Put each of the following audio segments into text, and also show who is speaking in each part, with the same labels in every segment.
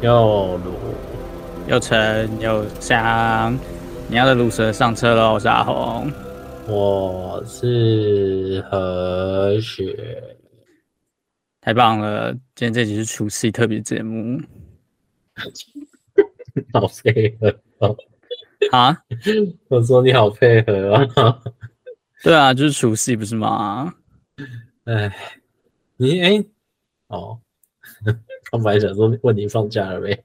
Speaker 1: 要卤，
Speaker 2: 又陈又香，你要的卤蛇上车喽，我是阿红。
Speaker 1: 我是何雪。
Speaker 2: 太棒了！今天这集是除夕特别节目
Speaker 1: 好配合哦！
Speaker 2: 啊，
Speaker 1: 我说你好配合啊！
Speaker 2: 对啊，就是除夕不是吗？
Speaker 1: 哎，你哎、哦， 我本来想说问你放假了没，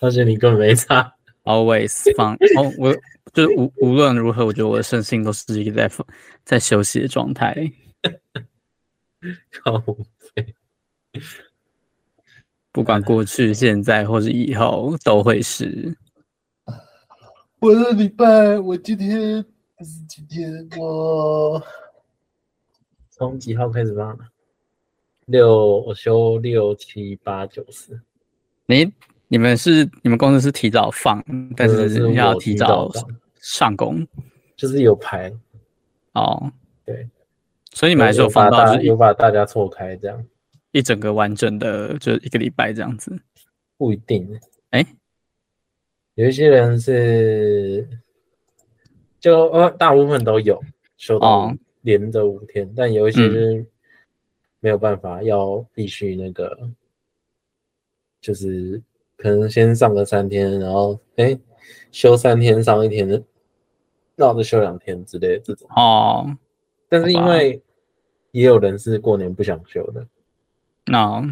Speaker 1: 发现你根本没差。
Speaker 2: always 放哦，我就是无无论如何，我觉得我的身心都是一个在放在休息的状态。
Speaker 1: 靠，
Speaker 2: 不管过去、现在或是以后，都会是。
Speaker 3: 我的礼拜，我今天不是今天，我
Speaker 1: 从几号开始放？六，我休六七八九十，
Speaker 2: 你你们是你们公司是提早放，但
Speaker 1: 真的是
Speaker 2: 是要
Speaker 1: 我
Speaker 2: 提
Speaker 1: 提早
Speaker 2: 早
Speaker 1: 放
Speaker 2: 上工
Speaker 1: 就是有排，
Speaker 2: 哦。
Speaker 1: 对，
Speaker 2: 所以你们还是有
Speaker 1: 把
Speaker 2: 放到
Speaker 1: 大
Speaker 2: 就是
Speaker 1: 有把大家错开这样，
Speaker 2: 一一整个完整的，就是一个礼拜这样子。
Speaker 1: 不一定。
Speaker 2: 哎
Speaker 1: 有一些人是，就呃，大部分都有休到
Speaker 2: 哦
Speaker 1: 连着五天，但有一些
Speaker 2: 嗯
Speaker 1: 是没有办法，要必须那个，就是可能先上个三天，然后哎、休三天上一天，绕着休两天之类的这种。
Speaker 2: 哦，
Speaker 1: 但是因
Speaker 2: 好吧
Speaker 1: 为也有人是过年不想休的
Speaker 2: 那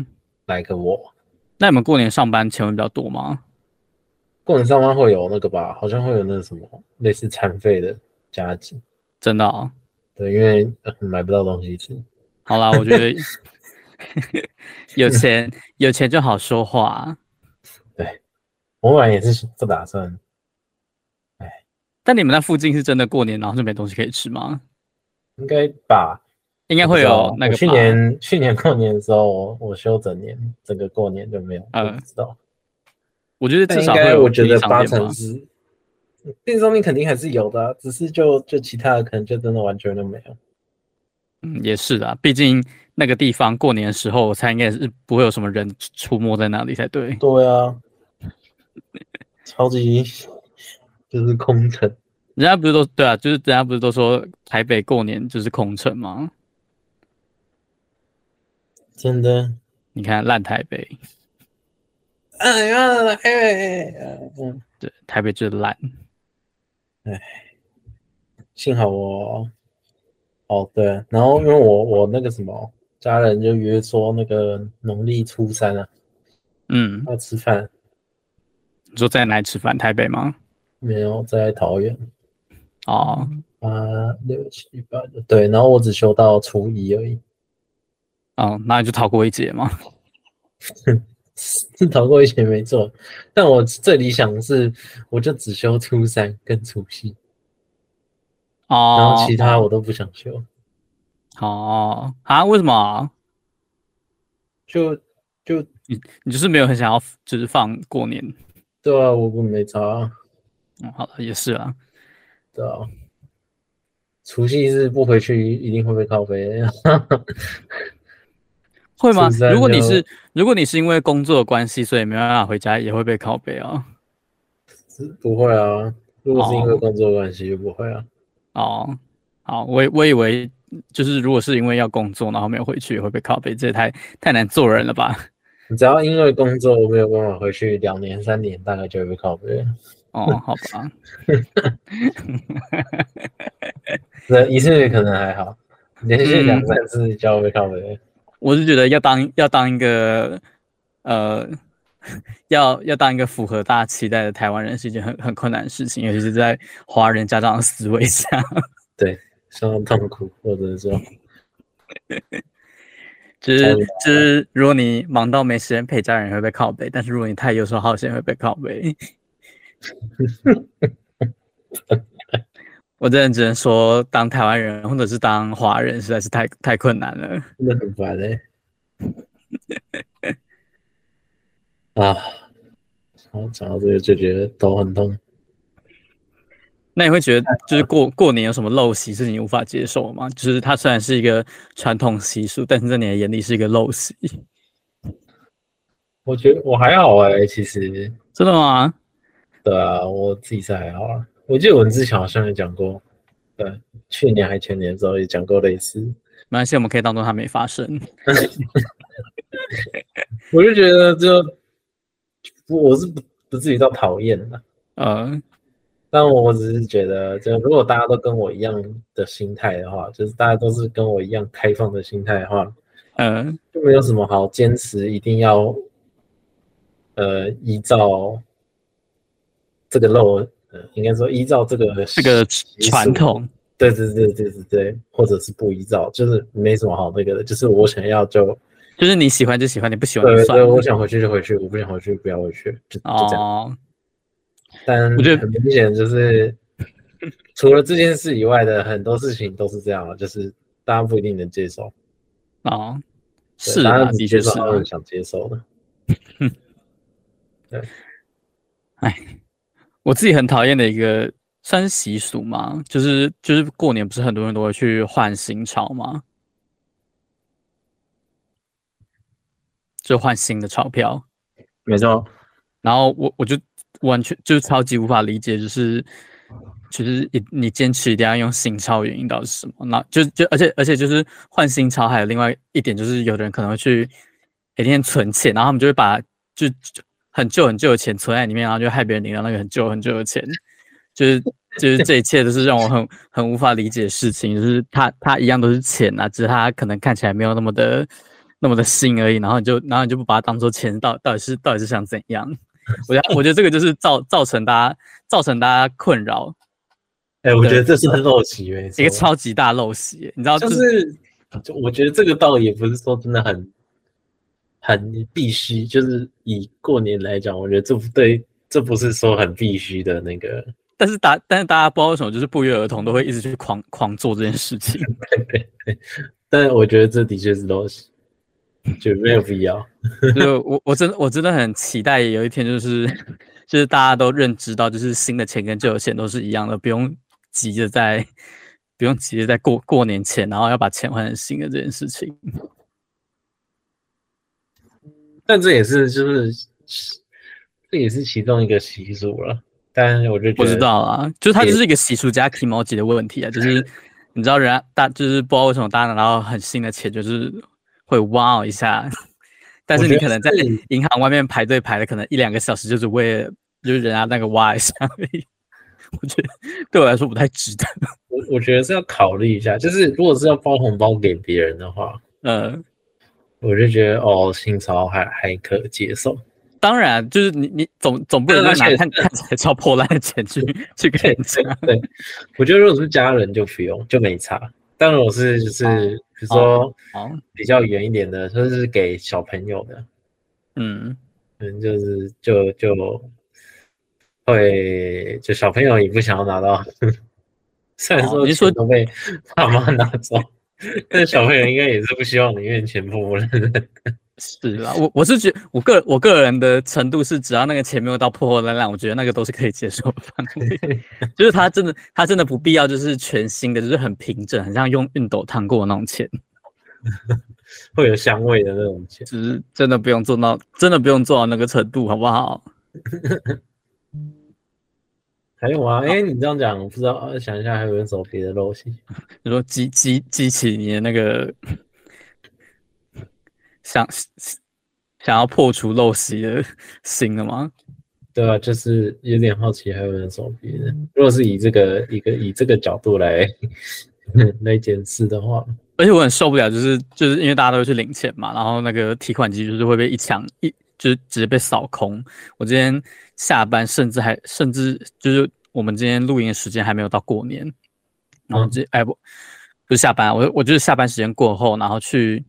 Speaker 1: ，like 我，
Speaker 2: 那你们过年上班钱会比较多吗？
Speaker 1: 过年上班会有那个吧，好像会有那个什么类似残废的加急。
Speaker 2: 真的、哦？
Speaker 1: 对，因为呃买不到东西吃。
Speaker 2: 好啦，我觉得 有钱有钱就好说话，
Speaker 1: 我本来也是不打算，
Speaker 2: 但你们那附近是真的过年然后就没东西可以吃吗？
Speaker 1: 应该吧？
Speaker 2: 应
Speaker 1: 应
Speaker 2: 该会有那个吧
Speaker 1: 去年去年过年的时候，我我休整年，整个过年就没有，
Speaker 2: 嗯
Speaker 1: 我不知道。
Speaker 2: 我觉得
Speaker 1: 但
Speaker 2: 至
Speaker 1: 应
Speaker 2: 少会
Speaker 1: 该
Speaker 2: 有
Speaker 1: 我觉得
Speaker 2: 便利商
Speaker 1: 八
Speaker 2: 店吧
Speaker 1: 成是，电商店肯定还是有的啊、只是就就其他的可能就真的完全都没有。
Speaker 2: 嗯，也是啦，毕竟那个地方过年的时候，我猜应该是不会有什么人出出没在那里才对。
Speaker 1: 对啊，超级就是空城。
Speaker 2: 人家不是都对啊，就是人家不是都说台北过年就是空城吗？
Speaker 1: 真的，
Speaker 2: 你看烂台北，
Speaker 1: 哎呀，哎哎哎，嗯，
Speaker 2: 对，台北就是烂。
Speaker 1: 幸好我，哦对，然后因为我我那个什么家人就约说那个农历初三啊
Speaker 2: 嗯，
Speaker 1: 要吃饭，
Speaker 2: 你说在哪里吃饭？台北吗？
Speaker 1: 没有在桃园
Speaker 2: 哦，
Speaker 1: 啊六七八九对，然后我只休到初一而已，
Speaker 2: 哦，那你就逃过一劫嘛。
Speaker 1: 是逃过一劫没错。但我最理想的是，我就只休初三跟除夕，
Speaker 2: 哦，
Speaker 1: 然后其他我都不想休，
Speaker 2: 哦啊？为什么？
Speaker 1: 就就
Speaker 2: 你就是没有很想要，就是放过年？
Speaker 1: 对啊，我我没差啊，
Speaker 2: 嗯，好了，也是啦。
Speaker 1: 对啊。除夕是不回去一定会被靠背，
Speaker 2: 会吗
Speaker 1: 初？三
Speaker 2: 如果你
Speaker 1: 就是
Speaker 2: 如果你是因为工作的关系，所以没办法回家，也会被拷贝哦。
Speaker 1: 不会啊，如果是因为
Speaker 2: 哦
Speaker 1: 工作关系就不会啊。
Speaker 2: 哦，好，我以我以为就是如果是因为要工作，然后没有回去也会被拷贝，这也太太难做人了吧？
Speaker 1: 你只要因为工作没有办法回去，两年三年大概就会被拷贝。
Speaker 2: 哦，好吧，
Speaker 1: 那一次可能还好，连续
Speaker 2: 嗯
Speaker 1: 两三次就要被拷贝。
Speaker 2: 我是觉得要当要当一个呃， 要要当一个符合大家期待的台湾人是一件很很困难的事情，尤其是在华人家长的思维下。
Speaker 1: 相当痛苦，或者说，
Speaker 2: 就是
Speaker 1: 真的
Speaker 2: 就是，如果你忙到没时间陪家人，会被拷贝；但是如果你太游手好闲，会被拷贝。我真的只能说，当台湾人或者是当华人，实在是太太困难了。
Speaker 1: 真的很烦欸嘞、 啊，然后讲到这个就觉得头很痛。
Speaker 2: 那你会觉得，
Speaker 1: 嗯
Speaker 2: 就是过过年有什么陋习是你无法接受的吗？就是它虽然是一个传统习俗，但是在你的眼里是一个陋习。
Speaker 1: 我觉得我还好哎、其实
Speaker 2: 真的吗？
Speaker 1: 对啊，我自己是还好啊。我记得我之前好像也讲过，对，去年还前年的时候也讲过类似。
Speaker 2: 没关系，我们可以当做它没发生。
Speaker 1: 我就觉得就不我是不不至于到讨厌的，
Speaker 2: 呃，
Speaker 1: 但我只是觉得，就如果大家都跟我一样的心态的话，就是大家都是跟我一样开放的心态的话，
Speaker 2: 呃，
Speaker 1: 就没有什么好坚持一定要，呃，依照这个漏，呃，应该说依照这个
Speaker 2: 这个
Speaker 1: 习俗
Speaker 2: 传，统，
Speaker 1: 对对对对对对，或者是不依照，就是没什么好那个的，就是我想要就
Speaker 2: 就是你喜欢就喜欢，你不喜欢就
Speaker 1: 对
Speaker 2: 嗯算
Speaker 1: 对，
Speaker 2: 了。
Speaker 1: 我想回去就回去，我不想回去不要回去，就就这样。
Speaker 2: 哦，
Speaker 1: 但
Speaker 2: 我觉得
Speaker 1: 很明显就是，除了这件事以外的很多事情都是这样，啊就是大家不一定能接受，
Speaker 2: 哦，
Speaker 1: 对
Speaker 2: 是
Speaker 1: 大
Speaker 2: 啊，
Speaker 1: 家
Speaker 2: 的
Speaker 1: 能
Speaker 2: 确
Speaker 1: 接
Speaker 2: 是
Speaker 1: 受
Speaker 2: 啊。
Speaker 1: 还有人想接受的。
Speaker 2: 我自己很讨厌的一个算是习俗嘛，就是就是过年不是很多人都会去换新钞嘛，就换新的钞票。
Speaker 1: 没错，
Speaker 2: 然后我我就完全就超级无法理解，就是就是一你坚持一定要用新钞，原因到底是什么？那就就而且而且就是换新钞，还有另外一点就是，有的人可能会去每天存钱，然后他们就会把就就很旧很旧的钱存在里面，然后就害别人领到那个很旧很旧的钱，就是。就是这一切都是让我很很无法理解的事情，就是它它一样都是钱啊，只是它可能看起来没有那么的那么的新而已，然后你就然后你就不把它当做钱，到到底是到底是想怎样？我觉得，我觉得这个就是造造成大家造成大家困扰，
Speaker 1: 哎、我
Speaker 2: 对
Speaker 1: 觉得这是陋习，没错
Speaker 2: 一个超级大陋习，你知道，
Speaker 1: 就
Speaker 2: 就是
Speaker 1: 是，就我觉得啊这个倒也不是说真的很很必须，就是以过年来讲，我觉得这不对，这不是说很必须的那个，
Speaker 2: 但是大但是大家不知道为什么，就是不约而同都会一直去狂狂做这件事情。
Speaker 1: 但我觉得这的确是陋习，就没有必要。
Speaker 2: 就是我我真的我真的很期待有一天，就是就是大家都认知到，就是新的钱跟旧的钱都是一样的，不用急着在不用急着在过过年前，然后要把钱换成新的这件事情。
Speaker 1: 但这也是就是这也是其中一个习俗了。但我就觉
Speaker 2: 不
Speaker 1: 得
Speaker 2: 知道啊，就是它就
Speaker 1: 也
Speaker 2: 是一个习俗加 k i m o j i 的问题啊，就是你知道人家大就是不知道为什么大家拿到很新的钱就是会哇哦一下， 但是
Speaker 1: 我
Speaker 2: 你
Speaker 1: 觉
Speaker 2: 可
Speaker 1: 得
Speaker 2: 能在
Speaker 1: 是
Speaker 2: 银行外面排队排了可能一两个小时，就是为了就是人家那个哇一下而已。我觉得对我来说不太值得。
Speaker 1: 我我觉得是要考虑一下，就是如果是要包红包给别人的话，
Speaker 2: 呃，
Speaker 1: 我就觉得哦，新潮还还可接受。
Speaker 2: 当然啊就是你你总总不能
Speaker 1: 对
Speaker 2: 就
Speaker 1: 而
Speaker 2: 拿
Speaker 1: 且
Speaker 2: 看看起来超破烂的钱去去给人家。
Speaker 1: 对，我觉得如果是家人就不用，就没差。但如果是
Speaker 2: 哦
Speaker 1: 就是比如说
Speaker 2: 好，
Speaker 1: 比较远一点的，就是给小朋友的，
Speaker 2: 嗯，
Speaker 1: 嗯，就是就就会就小朋友也不想要拿到， 虽然
Speaker 2: 哦
Speaker 1: 说
Speaker 2: 你是说
Speaker 1: 钱都被爸妈拿走，但小朋友应该也是不希望你面前不认的。
Speaker 2: 是啦，我我是觉我个我个人的程度是，只要那个钱没有到破破烂烂，我觉得那个都是可以接受的范围。就是他真的他真的不必要，就是全新的，就是很平整，很像用熨斗烫过的那种钱，
Speaker 1: 会有香味的那种钱。
Speaker 2: 就是真的不用做到，真的不用做到那个程度，好不好？
Speaker 1: 还有啊，哎、你这样讲，我不知道，呃想一下还有没有什么别的陋习？
Speaker 2: 你说激激激起你的那个想想要破除陋习的心了吗？
Speaker 1: 对啊，就是有点好奇还有没有什么别的。
Speaker 2: 嗯
Speaker 1: 如果是以这个一个以这个角度来 来检视的话，
Speaker 2: 而且我很受不了，就是就是因为大家都会去领钱嘛，然后那个提款机就是会被一抢一，就是直接被扫空。我今天下班，甚至还甚至就是我们今天录音的时间还没有到过年，然后
Speaker 1: 嗯
Speaker 2: 这哎不不是下班啊，我我就是下班时间过后，然后去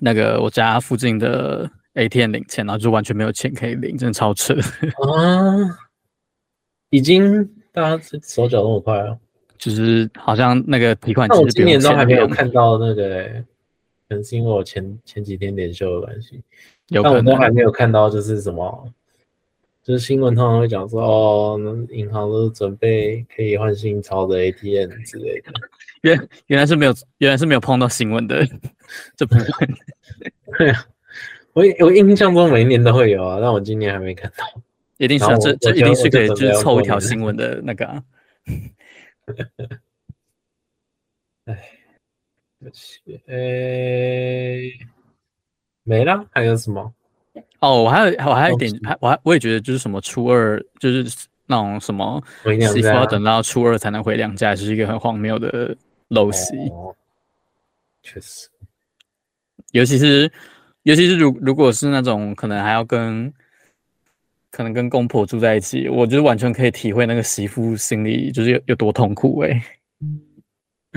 Speaker 2: 那个我家附近的 ATM 领钱，然后就完全没有钱可以领，真的超扯。
Speaker 1: 啊，已经大家手脚那么快了，
Speaker 2: 就是好像那个提款机
Speaker 1: 那我
Speaker 2: 是
Speaker 1: 今
Speaker 2: 不用
Speaker 1: 年都
Speaker 2: 钱
Speaker 1: 还没
Speaker 2: 的
Speaker 1: 有
Speaker 2: 样子
Speaker 1: 看到那个、欸，可能是因为我前前几天连休的关系，
Speaker 2: 有
Speaker 1: 但
Speaker 2: 可
Speaker 1: 我都还
Speaker 2: 能啊
Speaker 1: 没有看到就是什么，就是新闻通常会讲说哦，那银行都准备可以换新钞的 ATM 之类的，
Speaker 2: 原 原来是没有原来是没有碰到新闻的这部分。
Speaker 1: 对啊，我我印象中每一年都会有啊，但我今年还没看到。
Speaker 2: 一定是啊
Speaker 1: 然后
Speaker 2: 这
Speaker 1: 我
Speaker 2: 这
Speaker 1: 我
Speaker 2: 一
Speaker 1: 就
Speaker 2: 定是
Speaker 1: 我就
Speaker 2: 可以
Speaker 1: 准
Speaker 2: 就
Speaker 1: 备
Speaker 2: 是
Speaker 1: 要
Speaker 2: 凑
Speaker 1: 过
Speaker 2: 一条
Speaker 1: 年
Speaker 2: 新闻的那个啊、
Speaker 1: 呃、没了，还有什么？
Speaker 2: 哦，我还有我还有一
Speaker 1: 东
Speaker 2: 点
Speaker 1: 西，
Speaker 2: 还我还我也觉得就是什么初二就是那种什么
Speaker 1: 回娘
Speaker 2: 媳妇
Speaker 1: 家
Speaker 2: 要等到初二才能回娘家，是一个很荒谬的陋习。
Speaker 1: 哦确实，
Speaker 2: 尤其是尤其是如如果是那种可能还要跟可能跟公婆住在一起，我就完全可以体会那个媳妇心里就是有有多痛苦哎、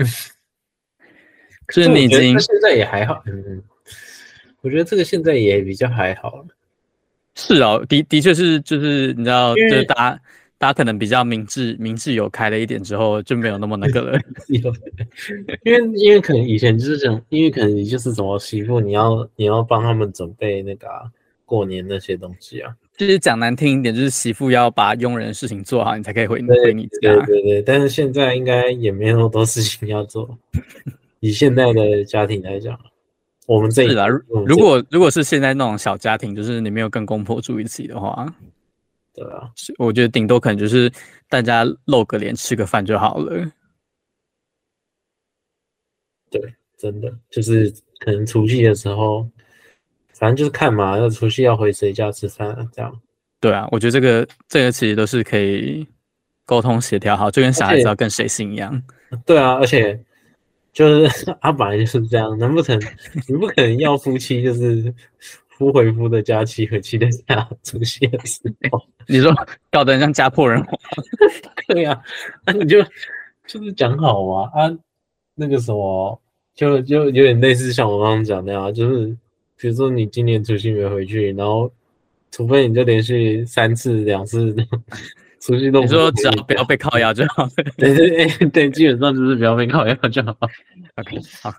Speaker 1: 可
Speaker 2: 是
Speaker 1: 我
Speaker 2: 你已
Speaker 1: 觉得
Speaker 2: 经
Speaker 1: 这现在也还好，嗯嗯，我觉得这个现在也比较还好了。
Speaker 2: 是哦，的的确是就是你知道，就
Speaker 1: 因为
Speaker 2: 是大家大家可能比较明智明智有开了一点之后就没有那么那 个了。
Speaker 1: 因为因为可能以前就是讲，因为可能你就是什么媳妇，你要你要帮他们准备那个啊、过年那些东西啊。
Speaker 2: 就是讲难听一点，就是媳妇要把佣人的事情做好，你才可以回回你家
Speaker 1: 对。对对，但是现在应该也没有那么多事情要做。以现在的家庭来讲，我们这一
Speaker 2: 是啊，
Speaker 1: 我们
Speaker 2: 如
Speaker 1: 这
Speaker 2: 如
Speaker 1: 一
Speaker 2: 果如果是现在那种小家庭，就是你没有跟公婆住一起的话，
Speaker 1: 对啊，
Speaker 2: 是我觉得顶多可能就是大家露个脸吃个饭就好了。
Speaker 1: 真的就是可能除夕的时候，反正就是看嘛，那除夕要回谁家吃饭啊，这样。
Speaker 2: 对啊，我觉得这个这个其实都是可以沟通协调好，就跟小孩
Speaker 1: 而
Speaker 2: 子
Speaker 1: 且
Speaker 2: 要跟谁姓一样。
Speaker 1: 对啊，而且就是 他本来就是这样，难不成你不可能要夫妻就是 夫回夫的假期和妻的假出现的时候？
Speaker 2: 你说搞得很像家破人亡，
Speaker 1: 对呀、那你就就是讲好啊啊，那个什么，就就有点类似像我刚刚讲那样啊，就是比如说你今年除夕没回去，然后除非你就连续三次两次除夕都
Speaker 2: 你
Speaker 1: 不
Speaker 2: 说
Speaker 1: 回
Speaker 2: 只要
Speaker 1: 你
Speaker 2: 不要
Speaker 1: 家
Speaker 2: 被靠腰就好了。
Speaker 1: 对对对 对，基本上就是不要被靠腰就好。
Speaker 2: OK，好，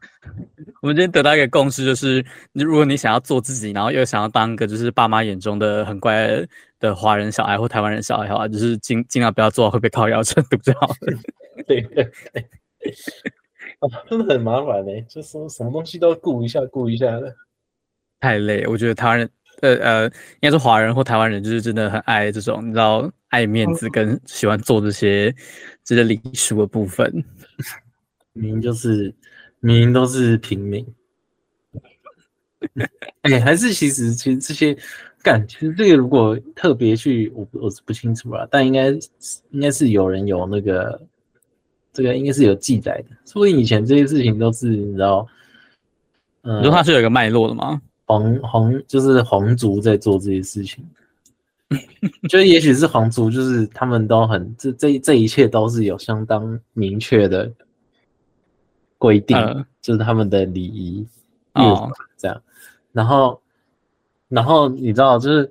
Speaker 2: 我们今天得到一个共识，就是你如果你想要做自己，然后又想要当个就是爸妈眼中的很乖的华人小孩或台湾人小孩的话，就是尽尽量不要做到会被靠腰程度就好了。
Speaker 1: 对对对， 啊，真的很麻烦呢、就说什么东西都要顾一下顾一下的。
Speaker 2: 太累，我觉得台湾人，呃呃，应该是华人或台湾人，就是真的很爱这种，你知道，爱面子跟喜欢做这些这些礼数的部分。
Speaker 1: 明明就是，明明都是平民。哎、还是其实其实这些，干，其实这个如果特别去，我不我是不清楚啊，但应该是应该是有人有那个，这个应该是有记载的，说不定以前这些事情都是你知道，嗯、
Speaker 2: 你说它是有一个脉络的吗？
Speaker 1: 皇皇就是皇族在做这些事情， 就也许是皇族，就是他们都很这这这一切都是有相当明确的规定，
Speaker 2: 呃
Speaker 1: 就是他们的礼仪、
Speaker 2: 哦
Speaker 1: 乐法这样。然后，然后你知道，就是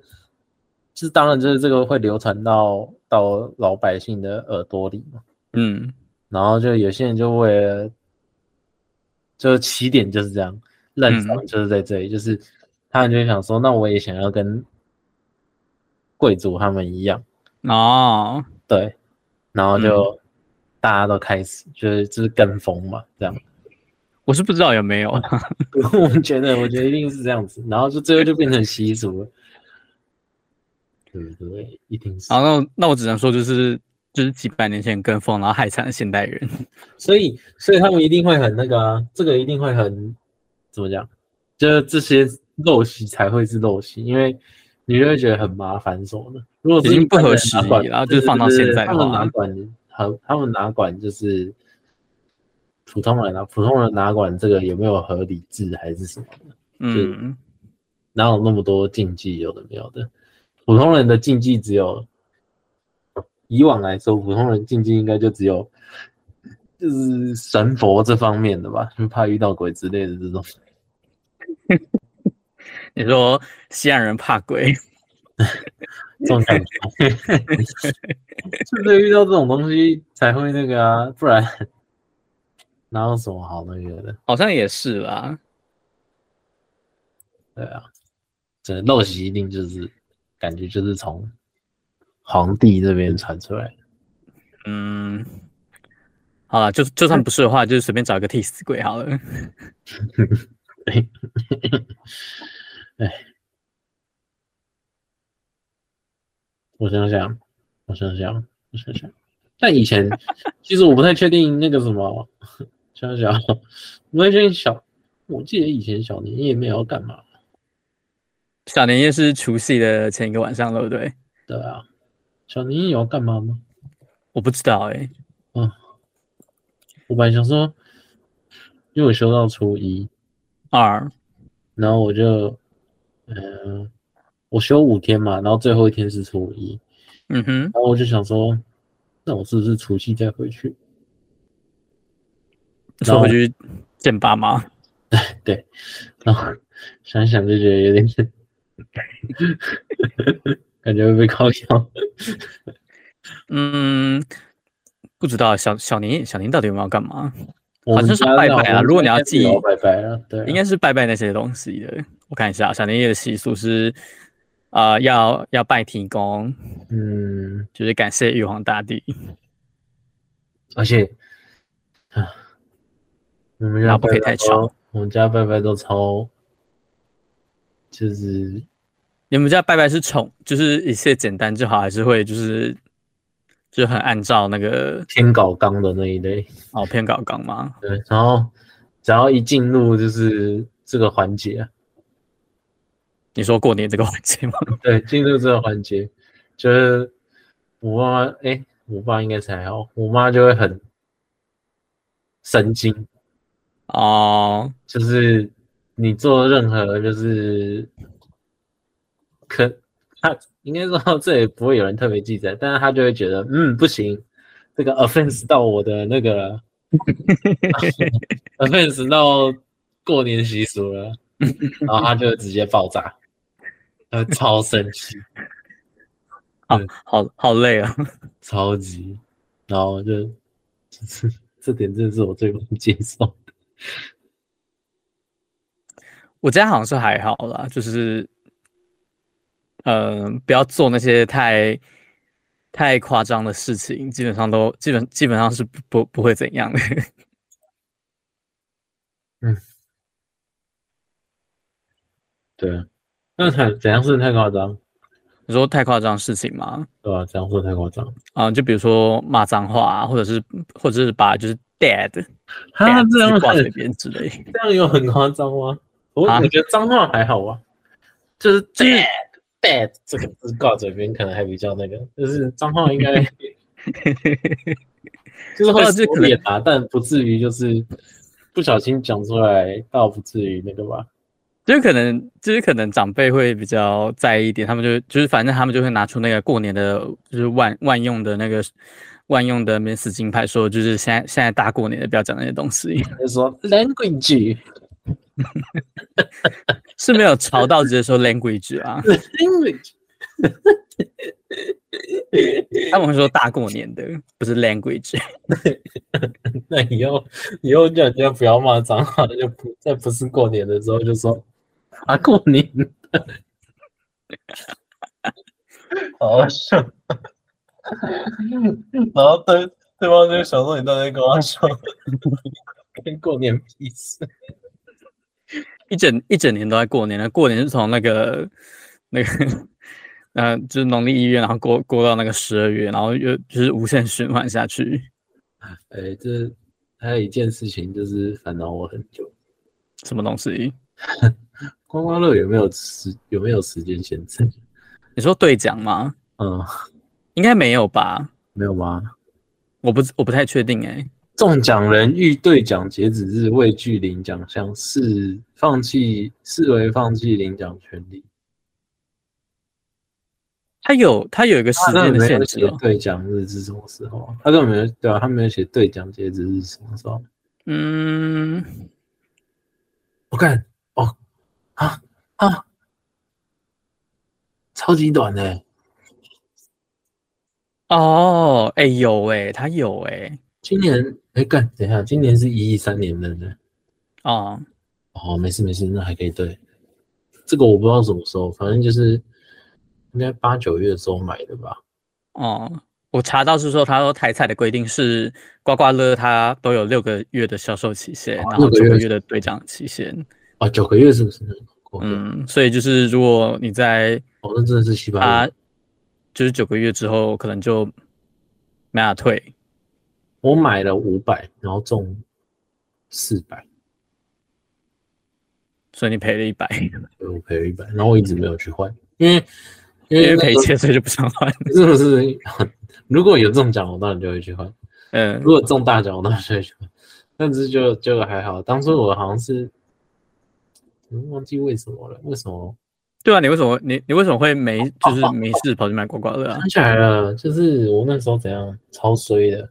Speaker 1: 就是当然就是这个会流传到到老百姓的耳朵里嘛。
Speaker 2: 嗯，
Speaker 1: 然后就有些人就为了，就起点就是这样，认
Speaker 2: 嗯
Speaker 1: 伤就是在这里，就是他们就会想说，那我也想要跟贵族他们一样，
Speaker 2: 哦，
Speaker 1: 对，然后就大家都开始就是就是跟风嘛，这样，
Speaker 2: 我是不知道有没有，
Speaker 1: 我觉得我觉得一定是这样子，然后就最后就变成习俗了，对不对？一定是
Speaker 2: 然。后那我那我只能说就是就是几百年前跟风，然后害惨了现代人。
Speaker 1: 所以，所以他们一定会很那个啊，这个一定会很怎么讲？就是这些陋习才会是陋习，因为你就会觉得很麻烦什么的。如果是
Speaker 2: 已经
Speaker 1: 一般
Speaker 2: 不合
Speaker 1: 人
Speaker 2: 时
Speaker 1: 哪管
Speaker 2: 宜啦
Speaker 1: 对
Speaker 2: 就是放到
Speaker 1: 对对
Speaker 2: 现在的
Speaker 1: 他们
Speaker 2: 话
Speaker 1: 哪管和他们哪管就是普通人啊，普通人哪管这个有没有合理制还是什么的？
Speaker 2: 嗯，
Speaker 1: 哪有那么多禁忌？有的没有的，普通人的禁忌只有以往来说，普通人禁忌应该就只有就是神佛这方面的吧，就怕遇到鬼之类的这种。
Speaker 2: 你说西安人怕鬼，
Speaker 1: 这种感觉，就是遇到这种东西才会那个啊，不然哪有什么好那个的？
Speaker 2: 好像也是啦。
Speaker 1: 对啊，这陋习一定就是感觉就是从皇帝这边传出来的。
Speaker 2: 嗯，好了，就就算不是的话，就是随便找一个替死鬼好了。
Speaker 1: 对，哎，我想想，我想想，我想想。但以前其实我不太确定那个什么，想想，我不太确定小，我记得以前小年夜没有要干嘛，
Speaker 2: 小年夜是除夕的前一个晚上了，对不对？
Speaker 1: 对啊，小年夜有要干嘛吗？
Speaker 2: 我不知道哎、
Speaker 1: 我本来想说，因为我休到初一，
Speaker 2: 二
Speaker 1: 然后我就，嗯、我休五天嘛，然后最后一天是初一，
Speaker 2: 嗯哼，
Speaker 1: 然后我就想说，那我是不是除夕再回去？
Speaker 2: 说回去见爸妈，
Speaker 1: 然后想一想就觉得有点，感觉会被靠腰。
Speaker 2: 嗯，不知道小小年夜小年到底有没有干嘛？
Speaker 1: 我们
Speaker 2: 像是
Speaker 1: 家
Speaker 2: 拜
Speaker 1: 那
Speaker 2: 拜啊
Speaker 1: 我们
Speaker 2: 如果你
Speaker 1: 家
Speaker 2: 要
Speaker 1: 应该是
Speaker 2: 记
Speaker 1: 有拜拜啊，对啊，
Speaker 2: 应该是拜拜那些东西的。我看一下，小年夜的习俗是，啊，要要拜天公，
Speaker 1: 嗯，
Speaker 2: 就是感谢玉皇大帝，
Speaker 1: 而且啊，我们
Speaker 2: 然
Speaker 1: 家
Speaker 2: 后不可
Speaker 1: 拜
Speaker 2: 以
Speaker 1: 拜
Speaker 2: 太吵
Speaker 1: 都，我们家拜拜都超，就是
Speaker 2: 你们家拜拜是宠，就是一切简单就好，还是会就是就很按照那个
Speaker 1: 偏搞纲的那一类。
Speaker 2: 哦偏搞纲吗？
Speaker 1: 对，然后只要一进入就是这个环节、啊，
Speaker 2: 你说过年这个环节吗？
Speaker 1: 对，进入这个环节，就是我妈妈，哎、我爸应该才还好，我妈就会很神经，
Speaker 2: 哦，
Speaker 1: 就是你做任何就是可他应该说这也不会有人特别记载，但是他就会觉得嗯不行，这个 offense 到我的那个了 offense 到过年习俗了，然后他就直接爆炸，他会超生气。
Speaker 2: 好
Speaker 1: 对
Speaker 2: 好好累啊！
Speaker 1: 超级，然后就就是这点真的是我最不能接受的。
Speaker 2: 我家好像是还好啦，就是，呃，不要做那些太太夸张的事情，基本上都基本基本上是不不不会怎样 的。
Speaker 1: 对啊，那怎怎样是太夸张？
Speaker 2: 你说太夸张的事情吗？
Speaker 1: 对吧、怎样说太夸张？
Speaker 2: 啊、就比如说骂脏话啊，或者是或者是把就是 dead
Speaker 1: 他
Speaker 2: dead
Speaker 1: 啊这样
Speaker 2: 字挂嘴
Speaker 1: 很
Speaker 2: 边之类的。
Speaker 1: 这样有很夸张吗？我、
Speaker 2: 啊
Speaker 1: 我觉得脏话还好吧，就是就是 bad 这个字挂嘴边可能还比较那个，就是脏话应 该就是会
Speaker 2: 哦这
Speaker 1: 收
Speaker 2: 可能
Speaker 1: 敛啊，但不至于就是不小心讲出来，倒不至于那个吧。
Speaker 2: 就是可能，就是可能长辈会比较在意一点，他们就就是反正他们就会拿出那个过年的，就是万万用的那个万用的免死金牌，说就是现在现在大过年的不要讲那些东西，
Speaker 1: 就说 language
Speaker 2: 是没有吵到直接说 language 啊，
Speaker 1: language。
Speaker 2: 他们会说大过年的不是 language，
Speaker 1: 那以后以后叫人家不要骂脏话，就不在不是过年的时候就说啊过年的， 好笑。 然后对对方就想说你到底在跟我说，跟过年屁事。
Speaker 2: 一整一整年都在过年了，过年是从那个那个。 呃，就是农历一月，然后过过到那个十二月，然后又就是无限循环下去。
Speaker 1: 哎，这还有一件事情就是烦恼我很久，
Speaker 2: 什么东西？
Speaker 1: 刮刮乐有没有时有没有时间限制？
Speaker 2: 你说兑奖吗？
Speaker 1: 嗯，
Speaker 2: 应该没有吧？
Speaker 1: 没有吗？
Speaker 2: 我不我不太确定哎、
Speaker 1: 中奖人遇兑奖截止日未具领奖项，视放弃视为放弃领奖权利。
Speaker 2: 它有它有一个时
Speaker 1: 他根
Speaker 2: 间
Speaker 1: 本
Speaker 2: 的
Speaker 1: 没有
Speaker 2: 限制、
Speaker 1: 写
Speaker 2: 哦。
Speaker 1: 兑奖日是什么时候啊？他根本没有对啊，他没有写兑奖截止日是什么时候。
Speaker 2: 嗯，
Speaker 1: 我看哦，啊啊，超级短的、
Speaker 2: 哦，哎、有哎、它有哎、
Speaker 1: 今年哎干，等一下，今年是一一三年的呢。
Speaker 2: 哦，
Speaker 1: 哦，没事没事，那还可以兑。这个我不知道什么时候，反正就是应该八九月的时候买的吧。
Speaker 2: 哦，我查到是说，他说台彩的规定是刮刮乐它都有六个月的销售期限，
Speaker 1: 哦
Speaker 2: 然后
Speaker 1: 六个
Speaker 2: 九个
Speaker 1: 月
Speaker 2: 月的兑奖期限。
Speaker 1: 啊，九个月是不是？嗯，
Speaker 2: 嗯，所以就是如果你在
Speaker 1: 哦，那真的是七八
Speaker 2: 它
Speaker 1: 月。
Speaker 2: 就是九个月之后可能就没法退，
Speaker 1: 我买了五百，然后中四百，
Speaker 2: 所以你赔了一百，
Speaker 1: 所以我赔了一百，然后我一直没有去换，因为因
Speaker 2: 因
Speaker 1: 为
Speaker 2: 为
Speaker 1: 那
Speaker 2: 赔
Speaker 1: 个
Speaker 2: 钱所以就不想换。
Speaker 1: 是不是？ 如果有中奖，我当然就会去换；
Speaker 2: 嗯
Speaker 1: 如果中大奖，我当然就会去换。但是就就还好，当初我好像是，嗯忘记为什么了，为什么
Speaker 2: 对啊，你为什么你你为什么会没
Speaker 1: 哦
Speaker 2: 就是没事跑去买刮刮乐啊？
Speaker 1: 想起来了，就是我那时候怎样超衰的，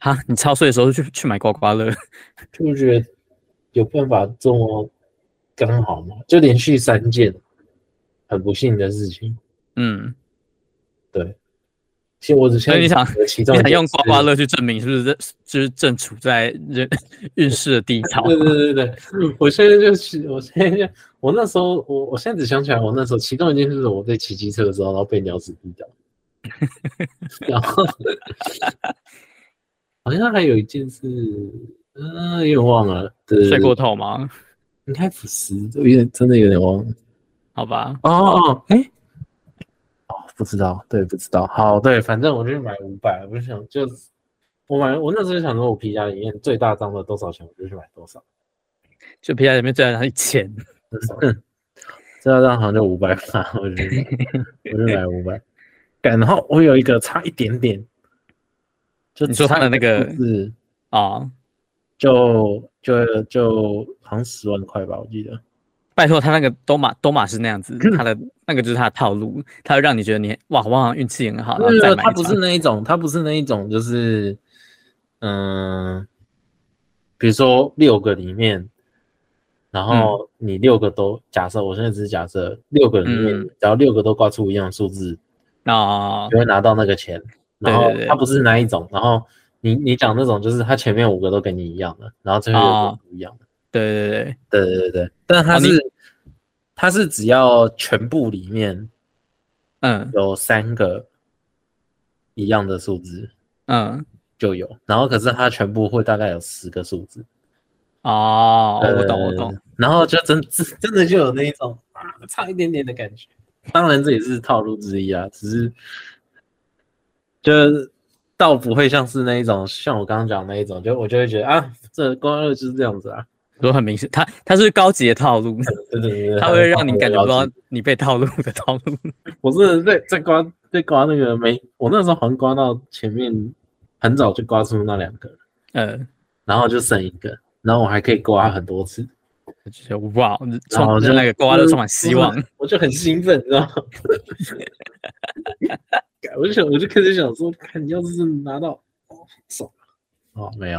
Speaker 2: 哈，你超岁的时候去去买刮刮乐，
Speaker 1: 就觉得有办法这么刚好嘛，就连续三件很不幸的事情。
Speaker 2: 嗯，
Speaker 1: 其实我只现
Speaker 2: 所
Speaker 1: 在
Speaker 2: 以你想
Speaker 1: 觉得其中
Speaker 2: 你
Speaker 1: 一
Speaker 2: 想
Speaker 1: 件
Speaker 2: 用刮
Speaker 1: 是
Speaker 2: 刮乐去证明是不是在就是正处在人运势的低潮？
Speaker 1: 对对对对，我现在就是，我现在就，我那时候，我我现在只想起来，我那时候其中一件事是我在骑机车的时候，然后被鸟屎滴 到，然后好像还有一件事，嗯、有点忘了，对对
Speaker 2: 睡过
Speaker 1: 对，
Speaker 2: 头吗？
Speaker 1: 应该不是，有点真的有点忘了。
Speaker 2: 好吧，
Speaker 1: 哦哦，
Speaker 2: 哎、
Speaker 1: 哦，不知道，对，不知道。好，对，反正我就买五百，我就想就我买，我那时候想说，我皮夹里面最大张的多少钱，我就去买多少。
Speaker 2: 就皮夹里面最然是钱，嗯
Speaker 1: 这要让好像就五百吧，我觉得，我就买五百。干，然后我有一个差一点点，就
Speaker 2: 你说他的那个
Speaker 1: 是
Speaker 2: 哦，
Speaker 1: 就就就好像十万块吧，我记得。
Speaker 2: 拜托他那个多马多马是那样子，
Speaker 1: 嗯
Speaker 2: 他的那个就是他的套路，他会让你觉得你哇，我好像运气很好，然后再买
Speaker 1: 他
Speaker 2: 一
Speaker 1: 嗯不是
Speaker 2: 张。
Speaker 1: 那一种，他不是那一种，就是嗯、比如说六个里面，然后你六个都、假设，我现在只是假设六个里面，
Speaker 2: 嗯
Speaker 1: 只要六个都挂出一样的数字，
Speaker 2: 哦
Speaker 1: 就会拿到那个钱。
Speaker 2: 对
Speaker 1: 然后
Speaker 2: 对对
Speaker 1: 他不是那一种，然后你你讲那种就是他前面五个都跟你一样的，然后最后一
Speaker 2: 哦
Speaker 1: 个不一样的。
Speaker 2: 对对对对，
Speaker 1: 对对对对，但他
Speaker 2: 哦你
Speaker 1: 是、他是只要全部里面
Speaker 2: 嗯
Speaker 1: 有三个一样的数字
Speaker 2: 嗯
Speaker 1: 就有，然后可是他全部会大概有十个数字。
Speaker 2: 哦，我懂我
Speaker 1: 呃
Speaker 2: 懂，。
Speaker 1: 然后就真真真的就有那一种啊，差一点点的感觉。当然这也是套路之一啊，只是就是倒不会像是那一种，像我刚刚讲的那一种，就我就会觉得啊，这光二就是这样子啊，
Speaker 2: 都很明显，他他是高级的套路，
Speaker 1: 对对对对，
Speaker 2: 他会让你感觉不到
Speaker 1: 了解。
Speaker 2: 你被套路的套路。
Speaker 1: 我真的在在刮在刮那个没，我那时候好像刮到前面很早就刮出那两个，
Speaker 2: 呃，
Speaker 1: 然后就剩一个，然后我还可以刮很多次。
Speaker 2: 我就觉得哇，
Speaker 1: 然后
Speaker 2: 充
Speaker 1: 就嗯
Speaker 2: 那个刮刮乐充满希望
Speaker 1: 我。就，我就很兴奋，你知道 吗？干我就想，我就开始想说，看你要是真的拿到，哦，爽啊！哦，没有，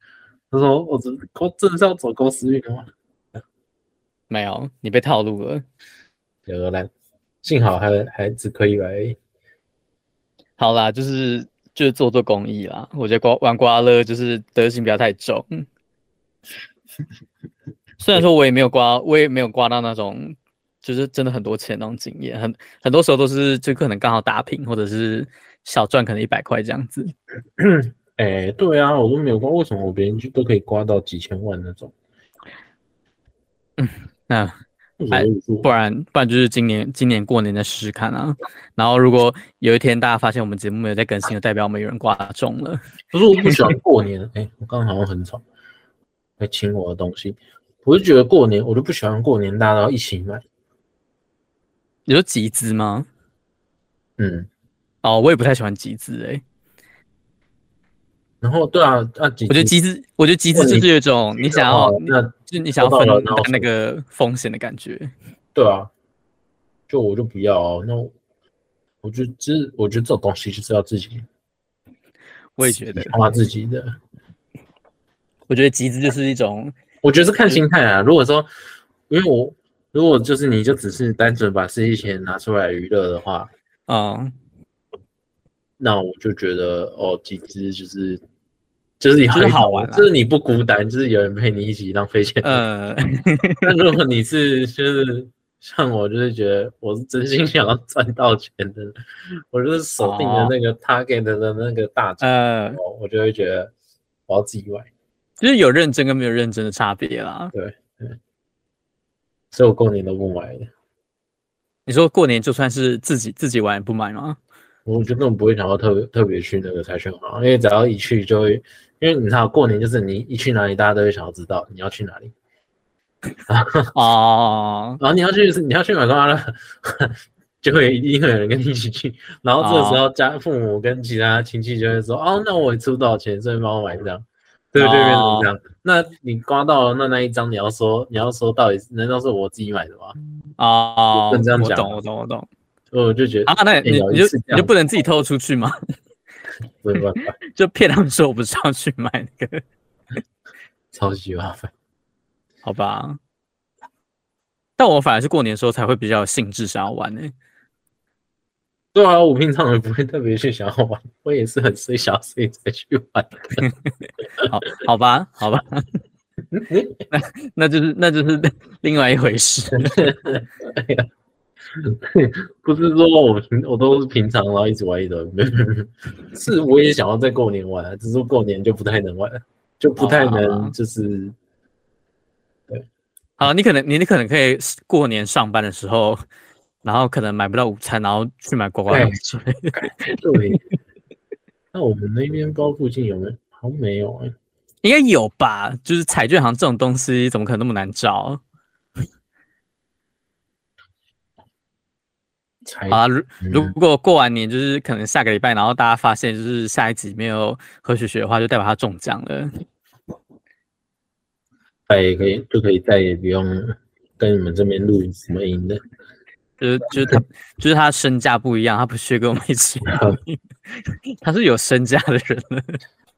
Speaker 1: 他说我只我真的是要走公司运的话，
Speaker 2: 没有，你被套路了。
Speaker 1: 有个烂，幸好还还只可以来，
Speaker 2: 好啦，就是就是做做公益啦。我觉得刮玩刮乐就是德行不要太重。 虽然说我也没有刮，我也没有刮到那种就是真的很多钱那种经验，很很多时候都是就可能刚好打平，或者是小赚可能一百块这样子。
Speaker 1: 哎、对啊，我都没有刮，为什么我别人就都可以刮到几千万那种？
Speaker 2: 那
Speaker 1: 为什么我
Speaker 2: 不然不然就是今年今年过年再试试看啊。然后如果有一天大家发现我们节目没有在更新，就代表我们有人刮中了。
Speaker 1: 不是我不喜欢过年，哎、我刚刚好像很吵，在清我的东西。我就觉得过年，我就不喜欢过年，大家都要一起买。
Speaker 2: 你说集资吗？
Speaker 1: 嗯，
Speaker 2: 哦，我也不太喜欢集资欸诶、
Speaker 1: 然后对啊，那几
Speaker 2: 我觉得
Speaker 1: 几
Speaker 2: 集资，我觉得集资就是有一种你想要，
Speaker 1: 哦
Speaker 2: 你
Speaker 1: 那
Speaker 2: 就是你想要
Speaker 1: 收到
Speaker 2: 分
Speaker 1: 了
Speaker 2: 担
Speaker 1: 然后
Speaker 2: 那个风险的感觉。
Speaker 1: 对啊，就我就不要哦。那我我就这，我觉得这种东西就是要自己，
Speaker 2: 我也觉得，
Speaker 1: 花自己的。
Speaker 2: 我觉得集资就是一种，
Speaker 1: 我觉得是看心态啊。如果说，因为我如果就是你就只是单纯把这些钱拿出来娱乐的话，
Speaker 2: 嗯，
Speaker 1: 那我就觉得哦，集资就是就是有一
Speaker 2: 就是好
Speaker 1: 种
Speaker 2: 玩啊
Speaker 1: 就是你不孤单，就是有人陪你一起浪费钱。
Speaker 2: 呃，
Speaker 1: 但如果你是就是像我，就是觉得我是真心想要赚到钱的，我就是锁定了那个 target 的那个大奖，
Speaker 2: 呃，
Speaker 1: 哦、我就会觉得我要自己买。
Speaker 2: 就是有认真跟没有认真的差别啦。
Speaker 1: 所以我过年都不买的。
Speaker 2: 你说过年就算是自己自己玩也不买吗？
Speaker 1: 我觉得我们不会想要特别特别去那个财选行，因为只要一去就会，因为你看过年就是你一去哪里，大家都会想要知道你要去哪里，
Speaker 2: 哦，
Speaker 1: 然后你要去你要去买刮刮乐，就会一定会有人跟你一起去，然后这个时候家父母跟其他亲戚就会说，哦，那我也出多少钱，所以帮我买一张，对对对，变成这样。那你刮到了那那一张，你要说你要说到底是难道是我自己买的吗？
Speaker 2: 哦，
Speaker 1: 不能这样
Speaker 2: 我
Speaker 1: 讲
Speaker 2: 懂，
Speaker 1: 啊
Speaker 2: 我懂，我懂。
Speaker 1: 所以我就觉得
Speaker 2: 啊，那你
Speaker 1: 有一
Speaker 2: 你就
Speaker 1: 次这
Speaker 2: 你
Speaker 1: 样
Speaker 2: 就不能自己偷出去吗？
Speaker 1: 没办法，
Speaker 2: 就骗他们说我不是要去买那个，
Speaker 1: 超级麻烦。
Speaker 2: 好吧？但我反而是过年的时候才会比较有兴致想要玩呢、欸
Speaker 1: 对啊，我平常也不会特别去想要玩，我也是很睡小所以才去玩。
Speaker 2: 好，好吧，好吧，那就是那就是另外一回事。
Speaker 1: 不是说我平我都是平常然后一直玩一直玩，没有没有没有是我也想要在过年玩啊，只是过年就不太能玩， 就不太
Speaker 2: 好吧好吧
Speaker 1: 能就是
Speaker 2: 好，你可能你你可能可以过年上班的时候，然后可能买不到午餐，然后去买刮刮乐
Speaker 1: 对
Speaker 2: 之类的。
Speaker 1: 对。那我们那边包附近有没有？好像没有哎、
Speaker 2: 应该有吧？就是彩券行这种东西，怎么可能那么难找？
Speaker 1: 才
Speaker 2: 好啦，啊如如
Speaker 1: 嗯
Speaker 2: 果过完年，就是可能下个礼拜，然后大家发现就是下一集没有何雪雪的话，就代表她中奖了。
Speaker 1: 再也可以就可以再也不用跟你们这边录什么音的。
Speaker 2: 就是就是她就是她身价不一样，她不屑跟我们一起玩，她是有身价的人 了。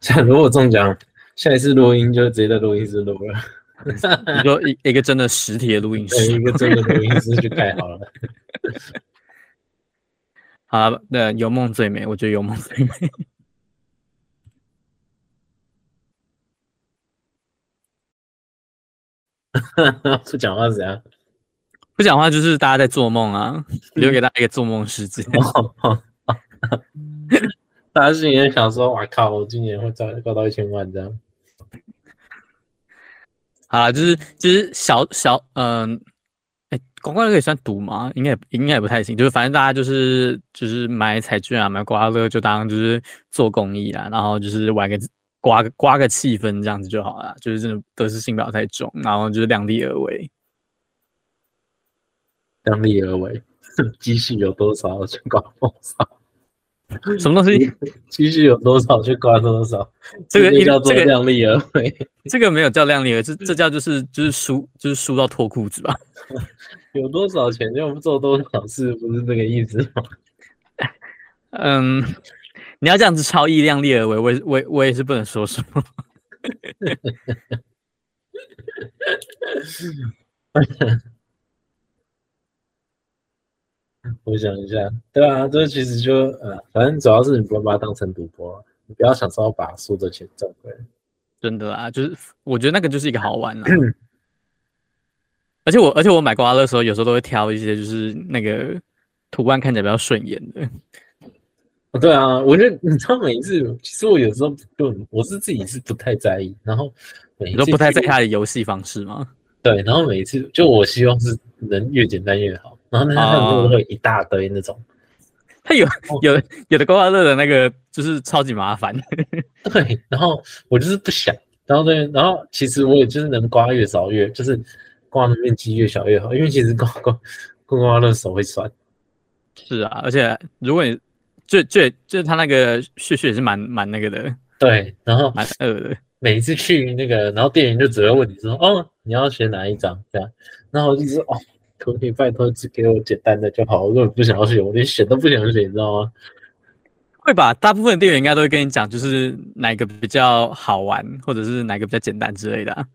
Speaker 1: 像 如果中奖，下一次录音就直接在录音室录 了，
Speaker 2: 你说一一个真的实体的录音
Speaker 1: 对，
Speaker 2: 室
Speaker 1: 一，个真的录音室就盖好了。
Speaker 2: 好啦，那有梦最美，我觉得有梦最美。
Speaker 1: 不讲话是怎样？
Speaker 2: 不讲话就是大家在做梦啊，留给大家一个做梦时间。
Speaker 1: 大家心里面想说：“哇靠，我今年会赚高到一千万这样。
Speaker 2: 好啦，就是就是小小嗯，哎、广告可以算赌吗？应该也应该也不太行，就是反正大家就是就是买彩券啊，买刮刮乐就当就是做公益啦，然后就是玩个刮个刮个气氛这样子就好啦，就是真的得失心不要太重，然后就是量力而为。”
Speaker 1: 量力而为，积蓄有多少就刮多少，
Speaker 2: 什么东西？
Speaker 1: 积蓄有多少就刮多少，
Speaker 2: 这个一
Speaker 1: 叫做
Speaker 2: 这个
Speaker 1: 量力而为。
Speaker 2: 这个没有叫量力而为，这这叫就是就是输就是输到脱裤子吧。
Speaker 1: 有多少钱就做多少事，不是这个意思吗？
Speaker 2: 嗯，你要这样子超意量力而为，我也我也我也是不能说什么。
Speaker 1: 我想一下，对啊，这其实就呃，反正主要是你不要把它当成赌博，啊你不要想说要把输的钱赚回来。
Speaker 2: 真的啊，就是我觉得那个就是一个好玩 啊。而且我而且我买刮刮乐的时候，有时候都会挑一些就是那个图案看起来比较顺眼的。
Speaker 1: 哦对啊，我觉得你知道每一次，其实我有时候就我是自己是不太在意，然后每一
Speaker 2: 你
Speaker 1: 次
Speaker 2: 说不太在
Speaker 1: 去
Speaker 2: 意它的游戏方式吗？
Speaker 1: 对，然后每一次就我希望是能越简单越好，然后呢，他
Speaker 2: 啊
Speaker 1: 们就会一大堆那种，
Speaker 2: 它有
Speaker 1: 哦
Speaker 2: 有有的刮刮乐的那个就是超级麻烦。
Speaker 1: 对，然后我就是不想，然后对，然后其实我也就是能刮越少越，就是刮的面积越小越好，因为其实刮刮刮刮乐手会酸，
Speaker 2: 是啊，而且如果你就就就它那个血血也是蛮蛮那个的，
Speaker 1: 对，然后
Speaker 2: 蛮恶的。
Speaker 1: 每一次去那个，然后店员就只会问你说，哦，你要选哪一张这样，然后我就说，哦，可不可以拜托只给我简单的就好，我根本不想要选，我连选都不想选，你知道吗？
Speaker 2: 会吧，大部分店员应该都会跟你讲，就是哪个比较好玩，或者是哪个比较简单之类的啊、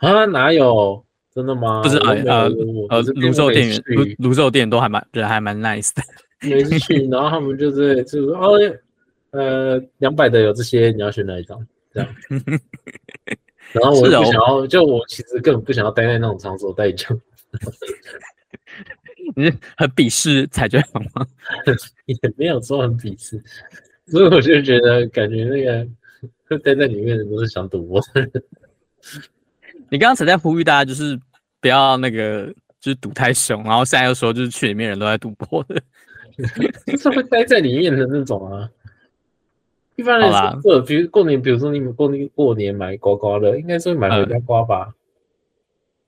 Speaker 1: 啊，哪有？真的吗？
Speaker 2: 不是
Speaker 1: 我
Speaker 2: 啊
Speaker 1: 没有
Speaker 2: 呃
Speaker 1: 我
Speaker 2: 呃，
Speaker 1: 我这边
Speaker 2: 泸州
Speaker 1: 我每
Speaker 2: 店员
Speaker 1: 次，去
Speaker 2: 泸泸州店都还蛮人还蛮 nice 的。
Speaker 1: 每次去，然后他们就是就是说哦，呃，两百的有这些，你要选哪一张？这 样。然后我
Speaker 2: 是
Speaker 1: 又
Speaker 2: 哦
Speaker 1: 不想要，就我其实根本不想要待在那种场所待久，
Speaker 2: 你是很鄙视彩 券行吗？
Speaker 1: 也没有说很鄙视，所以我就觉得感觉那个会待在里面的都 是想赌博的人，
Speaker 2: 你刚刚才在呼吁大家，就是不要那个就是赌太凶，然后现在又说就是去里面人都在赌博的，
Speaker 1: 就是会待在里面的那种啊。一般来
Speaker 2: 好啦
Speaker 1: 说，过比如过年，比如说你们过年过年买刮刮乐，应该是会买回家
Speaker 2: 嗯
Speaker 1: 刮吧？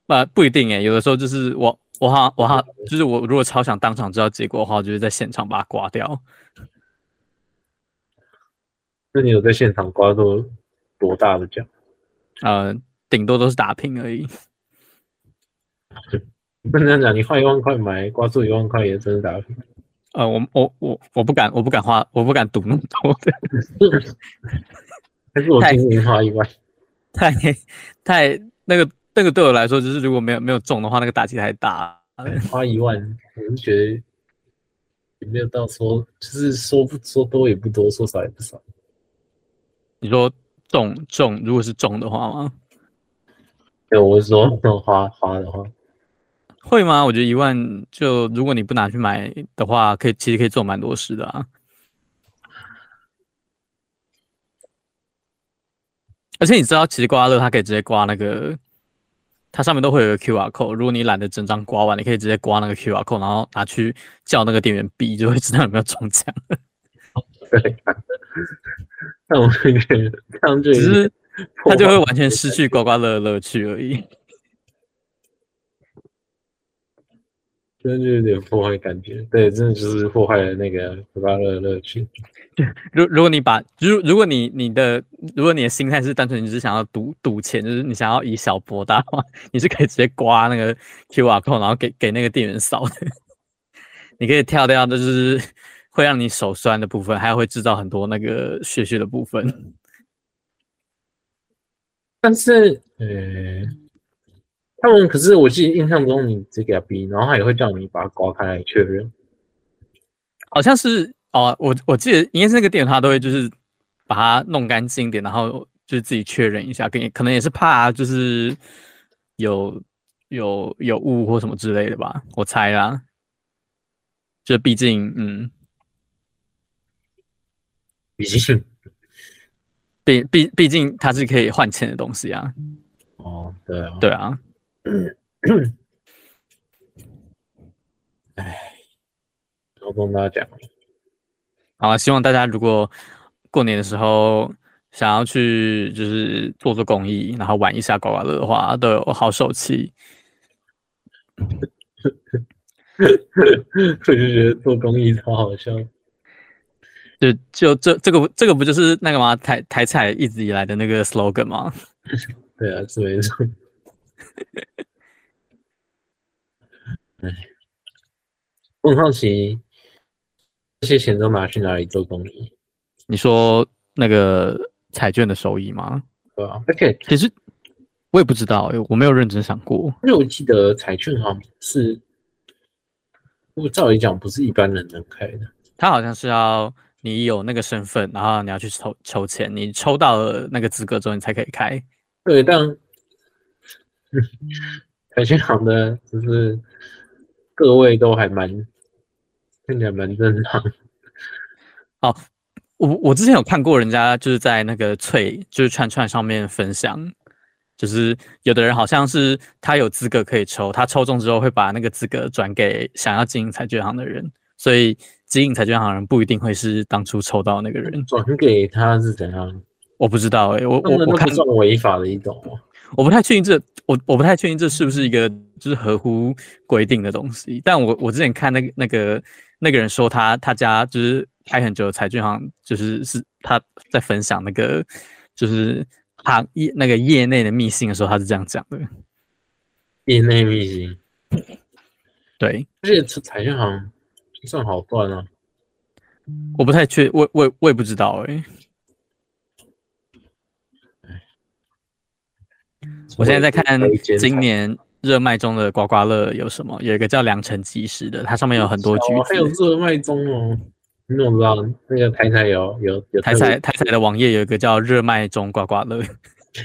Speaker 2: 不不一定欸诶、有的时候就是我我好我好就是我如果超想当场知道结果的话，我就是在现场把它刮掉。
Speaker 1: 那你有在现场刮多多大的奖？
Speaker 2: 呃，顶多都是打平而已。
Speaker 1: 不能这样讲，你花一万块买刮出一万块也真是打平。
Speaker 2: 呃，我我我我不敢，我不敢花，我不敢赌那么多的，
Speaker 1: 还是我今年花一万，
Speaker 2: 太太那个那个对我来说，就是如果没有没有中的话，那个打击太大了。
Speaker 1: 花一万，我是觉得也没有到说，就是说不说多也不多，说少也不少。
Speaker 2: 你说中中，如果是中的话吗？
Speaker 1: 对，我是说 花花的话，
Speaker 2: 会吗？我觉得一万就如果你不拿去买的话，可以其实可以做蛮多事的啊。而且你知道，其实刮乐它可以直接刮那个，它上面都会有一个 QR code。如果你懒得整张刮完，你可以直接刮那个 QR code，然后拿去叫那个店员逼，就会知道有没有中奖。
Speaker 1: 对。那我就觉得这样就有
Speaker 2: 只
Speaker 1: 点
Speaker 2: 是
Speaker 1: 破
Speaker 2: 它就会
Speaker 1: 坏
Speaker 2: 完全失去刮刮乐的乐趣而已。
Speaker 1: 真的就有点破坏感觉，对，真的就是破坏了那个刮刮乐的乐趣。
Speaker 2: 如如果你把如如果你你的如果你的心态是单纯你只是想要赌赌钱，就是你想要以小博大的话， 你是可以直接刮那个 QR code，然后给给那个店员扫的。 你可以跳掉，就是会让你手酸的部分，还有会制造很多那个血血的部分。
Speaker 1: 但是，呃、他们可是我记得印象中，你只给他逼，然后他也会叫你把它刮开来确认。
Speaker 2: 好像是哦，我我记得应该是那个店员他都会就是把它弄干净一点，然后就是自己确认一下，跟你可能也是怕就是有有有误或什么之类的吧，我猜啦。就毕竟嗯，
Speaker 1: 毕竟，
Speaker 2: 毕毕毕竟它是可以换钱的东西啊，
Speaker 1: 哦，对啊，
Speaker 2: 对啊，
Speaker 1: 我跟大家讲，
Speaker 2: 好啊，希望大家如果过年的时候想要去就是做做公益，然后玩一下刮刮乐的话，都有好手气。
Speaker 1: 我就觉得做公益超好笑。
Speaker 2: 就就这这个不这个不就是那个吗？台台彩一直以来的那个 slogan 吗？
Speaker 1: 对啊，是没 错。哎，我很好奇，这些钱都拿去哪里做公益，
Speaker 2: 你说那个彩券的收益吗？
Speaker 1: 对吧、而且，
Speaker 2: 其实我也不知道，欸我没有认真想过。
Speaker 1: 因为我记得彩券好像是，我照理讲不是一般人能开的。
Speaker 2: 它好像是要你有那个身份，然后你要去抽抽签，你抽到了那个资格之后，你才可以开。
Speaker 1: 对，但 彩券行的就是各位都还蛮看起来蛮正常。
Speaker 2: 我我之前有看过人家就是在那个脆就是串串上面分享，就是有的人好像是他有资格可以抽，他抽中之后会把那个资格转给想要经营彩券行的人，所以经营彩券行的人不一定会是当初抽到那个人。
Speaker 1: 转给他是怎样？
Speaker 2: 我不知道诶、我
Speaker 1: 他
Speaker 2: 我
Speaker 1: 们
Speaker 2: 我
Speaker 1: 都
Speaker 2: 看
Speaker 1: 不算违法的一种哦。
Speaker 2: 我不太确定这我我不太确定这是不是一个就是合乎规定的东西，但我我之前看那个那个那个人说他他家就是开很久的彩券行，就是是他在分享那个就是行业那个业内的秘信的时候，他是这样讲的。
Speaker 1: 业内秘辛，
Speaker 2: 对，
Speaker 1: 而且这彩券行算好赚啊。
Speaker 2: 我不太确我我我也不知道欸诶、我现在在看
Speaker 1: 有一间
Speaker 2: 今
Speaker 1: 彩
Speaker 2: 年热卖中的刮刮乐有什么，有一个叫良辰吉时的，它上面有很多
Speaker 1: 小
Speaker 2: 橘
Speaker 1: 啊
Speaker 2: 子
Speaker 1: 还有热卖中哦。你怎么知道那个台彩有有有
Speaker 2: 台彩台彩的网页有一个叫热卖中刮刮乐，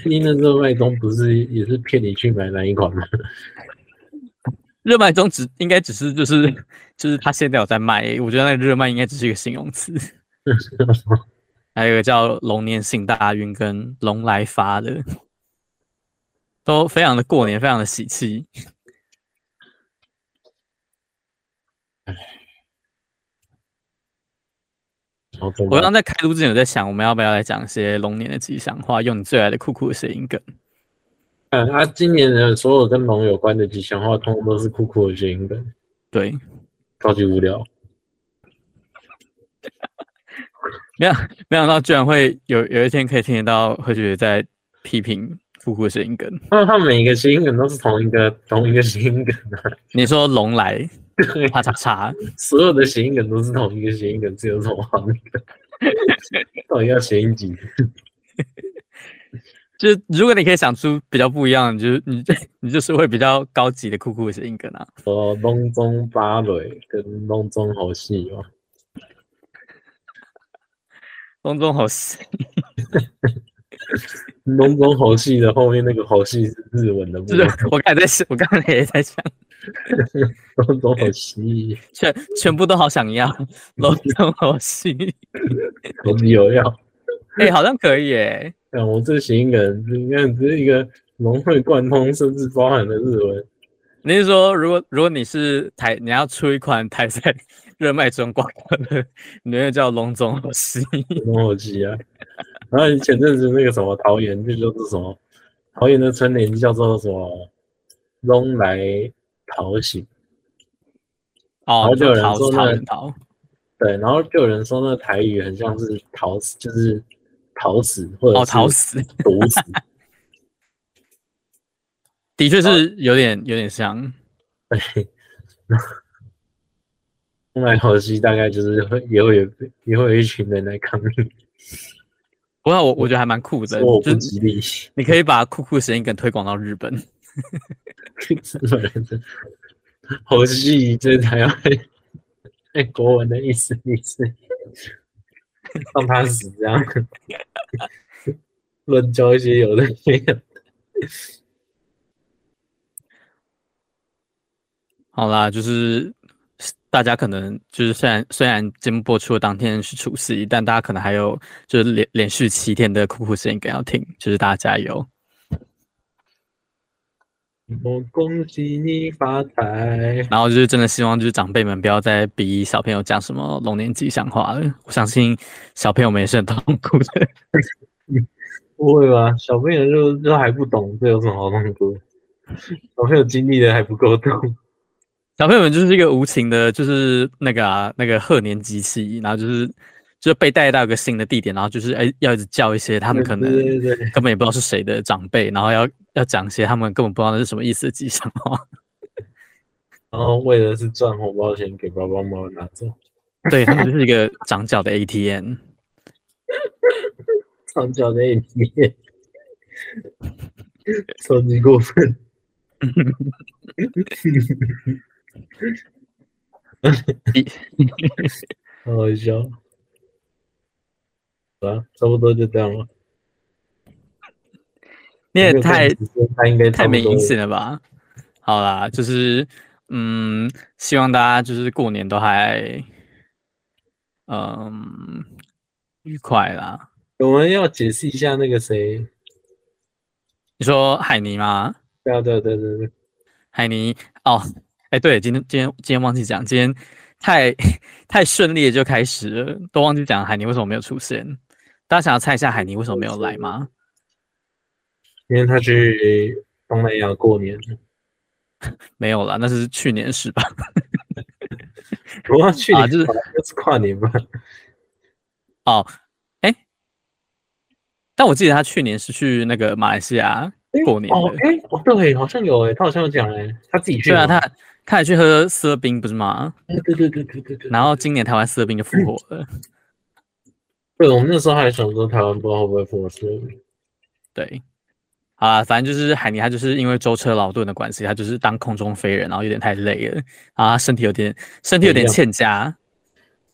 Speaker 1: 你那热卖中不是也是骗你去买那一款吗？
Speaker 2: 热卖中只应该只是就是就是他现在有在卖而已，我觉得那个热卖应该只是一个形容词。还有一个叫龙年行大运跟龙来发的，都非常的过年，非常的喜气。
Speaker 1: 然哦后怎
Speaker 2: 我
Speaker 1: 么
Speaker 2: 刚刚在开录之前有在想，我们要不要来讲一些龙年的吉祥话，用你最爱的酷酷的谐音梗。
Speaker 1: 办？他、今年的所有跟龙有关的吉祥话，通通都是酷酷的谐音梗，
Speaker 2: 对，
Speaker 1: 超级无聊。
Speaker 2: 没想到居然会有有一天可以听得到何姐姐在批评酷酷的谐音梗。
Speaker 1: 他他每一个谐音梗都是同一个同一个谐音梗啊，
Speaker 2: 你说龙来，叉叉叉，
Speaker 1: 所有的谐音梗都是同一个谐音梗，只有什么好那个？ 到底要谐音几次？
Speaker 2: 就是如果你可以想出比较不一样，你就是 你你就是会比较高级的酷酷的谐音梗啊。
Speaker 1: 说龙中芭蕾跟龙中猴戏嘛，
Speaker 2: 龙中好戏，
Speaker 1: 龙中猴戏的后面那个猴戏是日文的部
Speaker 2: 就
Speaker 1: 分
Speaker 2: 是，啊我刚才在想，我刚才也在想，
Speaker 1: 龙中猴戏，
Speaker 2: 全全部都好想要， 龙中好戏，
Speaker 1: 猴子有要。
Speaker 2: 哎、好像可以耶、
Speaker 1: 看我这谐音梗，你看只是一个融会贯通，甚至包含了日文。
Speaker 2: 你是说，如果如果你是台，你要出一款台在热卖中挂可乐，你会叫龙中好戏？
Speaker 1: 龙猴戏啊。然后前阵子那个什么桃园，这就是什么桃园的春联叫做什么“龙来桃喜
Speaker 2: 哦，
Speaker 1: 好
Speaker 2: 你
Speaker 1: 久
Speaker 2: 说
Speaker 1: 有人
Speaker 2: 桃
Speaker 1: 说
Speaker 2: 桃
Speaker 1: 那
Speaker 2: 人桃，”，
Speaker 1: 对，然后就有人说那台语很像是“桃”，就是“桃死”或者
Speaker 2: 哦，
Speaker 1: 是
Speaker 2: 桃死，
Speaker 1: “毒死
Speaker 2: 的确是有点有点像。”。
Speaker 1: 对， 龙来桃喜大概就是会也会有也会有一群人来抗议，
Speaker 2: 不过我我觉得还蛮酷的
Speaker 1: 说，我不
Speaker 2: 就是
Speaker 1: 吉利，
Speaker 2: 你可以把酷酷谐音梗推广到日本。
Speaker 1: 日本人的猴戏这台湾在国文的意思意思，让他死这样，乱教一些有的没有。
Speaker 2: 好啦，就是大家可能就是虽然虽然节目播出的当天是除夕，但大家可能还有就是连连续七天的酷酷时间梗要听，就是大家加油！
Speaker 1: 我恭喜你发财，
Speaker 2: 然后就是真的希望就是长辈们不要再逼小朋友讲什么龙年吉祥话了，我相信小朋友们也是很痛苦的。
Speaker 1: 不会吧？小朋友就就还不懂，这有什么好痛苦的？小朋友经历的还不够多，
Speaker 2: 小朋友们就是一个无情的，就是那个啊那个贺年机器，然后就是就是被带到一个新的地点，然后就是哎要一直叫一些他们可能
Speaker 1: 对对对，
Speaker 2: 根本也不知道是谁的长辈，然后要要讲一些他们根本不知道那是什么意思的吉哦祥话。
Speaker 1: 然后为了是赚红包钱给爸爸妈妈拿走，
Speaker 2: 对他们就是一个长脚的 ATM。
Speaker 1: 长脚的 A P，超级过分。好好笑。啊，差不多就这样了。
Speaker 2: 你也 太
Speaker 1: 他应该
Speaker 2: 太没
Speaker 1: 隐
Speaker 2: 意思了吧？好啦，就是嗯，希望大家就是过年都还嗯愉快啦。
Speaker 1: 我们要解释一下那个谁，
Speaker 2: 你说海尼吗？
Speaker 1: 对啊，对啊对啊对啊对啊，
Speaker 2: 海尼哦，哎，对，今天今天今天忘记讲，今天太太顺利的就开始了，都忘记讲海尼为什么没有出现。大家想要猜一下海尼为什么没有来吗？
Speaker 1: 因为他去东南亚过年，
Speaker 2: 没有啦，那是去年是吧？
Speaker 1: 我要去
Speaker 2: 啊
Speaker 1: 年
Speaker 2: 就是
Speaker 1: 本来就是跨年吧，
Speaker 2: 但我记得他去年是去那个马来西亚
Speaker 1: 诶
Speaker 2: 过年
Speaker 1: 哦
Speaker 2: 的，，
Speaker 1: 哎，哦对，好像有哎，他好像有讲哎，他自己去
Speaker 2: 对啊，
Speaker 1: 的，
Speaker 2: 他他也去喝四乐冰不是吗？
Speaker 1: 哎对对对对对对，
Speaker 2: 然后今年台湾四乐冰就复活了，
Speaker 1: 对，我们那时候还想说台湾不知道会不会复苏，
Speaker 2: 对。啊，反正就是海尼，他就是因为舟车劳顿的关系，他就是当空中飞人，然后有点太累了，啊，身体有点身体有点欠佳，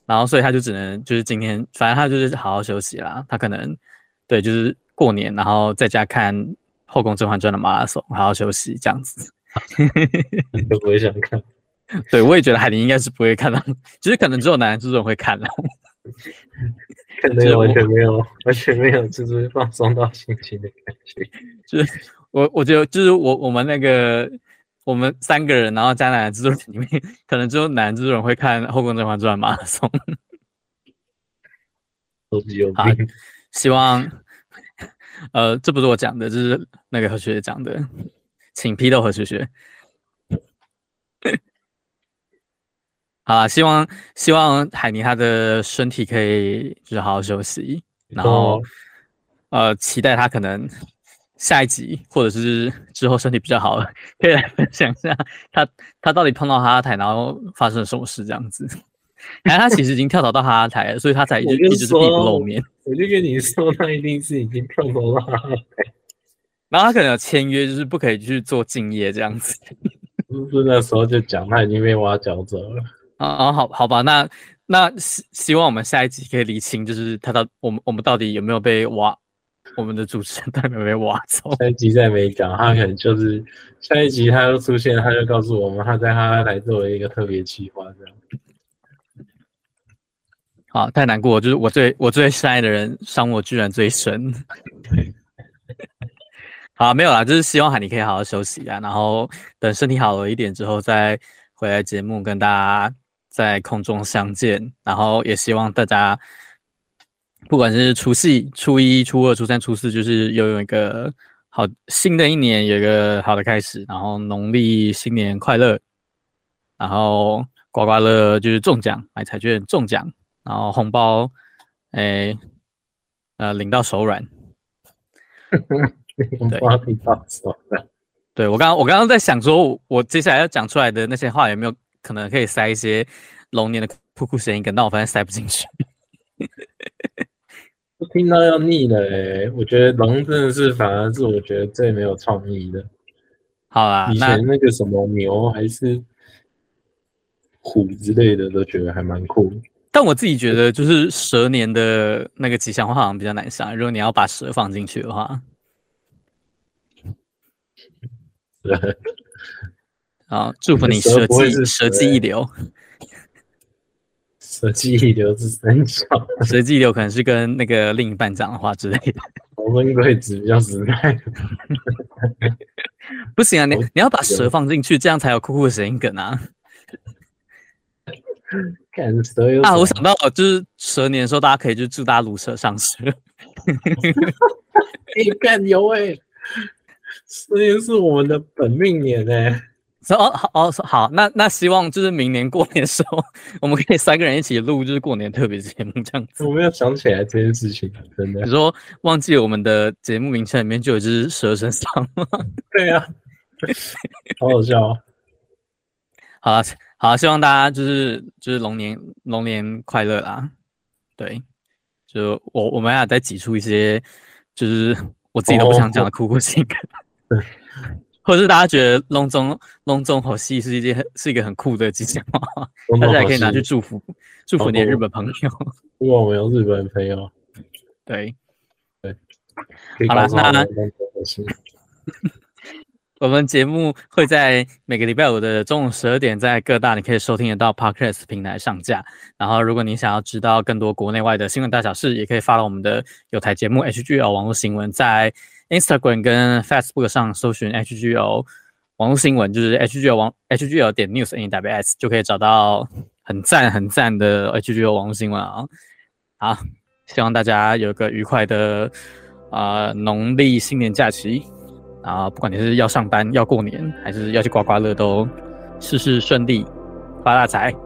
Speaker 2: 然后所以他就只能就是今天，反正他就是好好休息啦。他可能对就是过年，然后在家看《后宫甄嬛传》的马拉松，好好休息这样子。
Speaker 1: 就不会想看。
Speaker 2: 对，我也觉得海宁应该是不会看到，只是可能只有男男制作人会看啦。
Speaker 1: 看那个完全没有，完全没有，就是放松到心情的感觉。
Speaker 2: 我我觉得就是我我们那个我们三个人，然后加奶奶制作人里面，可能只有奶奶制作人会看《后宫甄嬛传》马拉松。
Speaker 1: 都是有
Speaker 2: 好
Speaker 1: 病。
Speaker 2: 希望，呃，这不是我讲的，这是那个何学姐讲的，请批斗何学学。好啦，希望希望海尼他的身体可以就是好好休息，然
Speaker 1: 哦
Speaker 2: 后、呃，期待他可能下一集或者是之后身体比较好了，可以来分享一下他他到底碰到哈哈台，然后发生了什么事这样子。然后他其实已经跳槽到哈哈台了，所以他才一直
Speaker 1: 我就
Speaker 2: 一直是闭不
Speaker 1: 说
Speaker 2: 露面。
Speaker 1: 我就跟你说，他一定是已经中了啦。
Speaker 2: 然后他可能有签约，就是不可以去做敬业这样子。
Speaker 1: 不是那时候 就讲他已经被挖角走了。
Speaker 2: 啊、啊，好好吧，那那希希望我们下一集可以理清，就是他到我们我们到底有没有被挖，我们的主持人到底有没有被挖走？
Speaker 1: 下一集再没讲，他可能就是下一集他又出现，他就告诉我们他在哈哈台作为一个特别企划这样。
Speaker 2: 啊，太难过，就是我最我最深爱的人伤我居然最深。好，没有啦，就是希望海你可以好好休息啊，然后等身体好了一点之后再回来节目跟大家在空中相见，然后也希望大家不管是除夕、初一、初二、初三、初四，就是又有一个好新的一年有一个好的开始，然后农历新年快乐，然后刮刮乐就是中奖，买彩券中奖。然后红包，诶、呃，领到手软。
Speaker 1: 我挖地到手了，
Speaker 2: 对我刚刚，我刚刚在想说，我我接下来要讲出来的那些话有没有可能可以塞一些龙年的酷酷谐音梗？但我发现塞不进去。
Speaker 1: 我听到要腻了哎、我觉得龙真的是反而是我觉得最没有创意的。
Speaker 2: 好啦，
Speaker 1: 以
Speaker 2: 啊那
Speaker 1: 前那个什么牛还是虎之类的，都觉得还蛮酷。
Speaker 2: 但我自己觉得，就是蛇年的那个吉祥话好像比较难想。如果你要把蛇放进去的话， 啊，祝福你
Speaker 1: 蛇
Speaker 2: 蛇
Speaker 1: 不会
Speaker 2: 技
Speaker 1: 是
Speaker 2: 蛇
Speaker 1: 蛇
Speaker 2: 技
Speaker 1: 欸
Speaker 2: 一流，
Speaker 1: 设计一流之三小，
Speaker 2: 蛇技一流可能是跟那个另一半讲的话之类的。
Speaker 1: 我们贵子比较实在。
Speaker 2: 不行啊，你
Speaker 1: 我
Speaker 2: 你要把蛇放进去，这样才有酷酷的谐音梗啊！
Speaker 1: 看蛇有什
Speaker 2: 啊，
Speaker 1: 么
Speaker 2: 我想到了就是蛇年的时候，大家可以就祝大家卤蛇上市。
Speaker 1: 哎、干有哎、欸，这也是我们的本命年哎、
Speaker 2: 说哦好哦好，那那希望就是明年过年的时候，我们可以三个人一起录就是过年特别节目这样子。
Speaker 1: 我没有想起来这件事情，真的
Speaker 2: 你。说忘记了我们的节目名称里面就有一只蛇身上吗？
Speaker 1: 对啊，好好笑、哦。
Speaker 2: 好啦好啦希望大家就是就是龙年龙年快乐啦！对，就我我们俩再挤出一些就是我自己都不想讲的酷酷性格， 或者是大家觉得龙中龙中猴戏是一件很是一个很酷的吉祥话，大家也可以拿去祝福祝福你的日本朋友。
Speaker 1: 如果我们有日本朋友，
Speaker 2: 对
Speaker 1: 可以
Speaker 2: 好啦
Speaker 1: 告诉我
Speaker 2: 那
Speaker 1: 们中国的事
Speaker 2: 我们节目会在每个礼拜五的中午十二点，在各大你可以收听得到 Podcast 平台上架。然后，如果你想要知道更多国内外的新闻大小事，也可以发到我们的有台节目 HGL 网络新闻，在 Instagram 跟 Facebook 上搜寻 HGL 网络新闻，就是 HGL 网 HGL 点 news nws 就可以找到很赞很赞的 HGL 网络新闻啊、好，希望大家有个愉快的啊、呃农历新年假期。啊，不管你是要上班、要过年，还是要去刮刮乐，都事事顺利，发大财。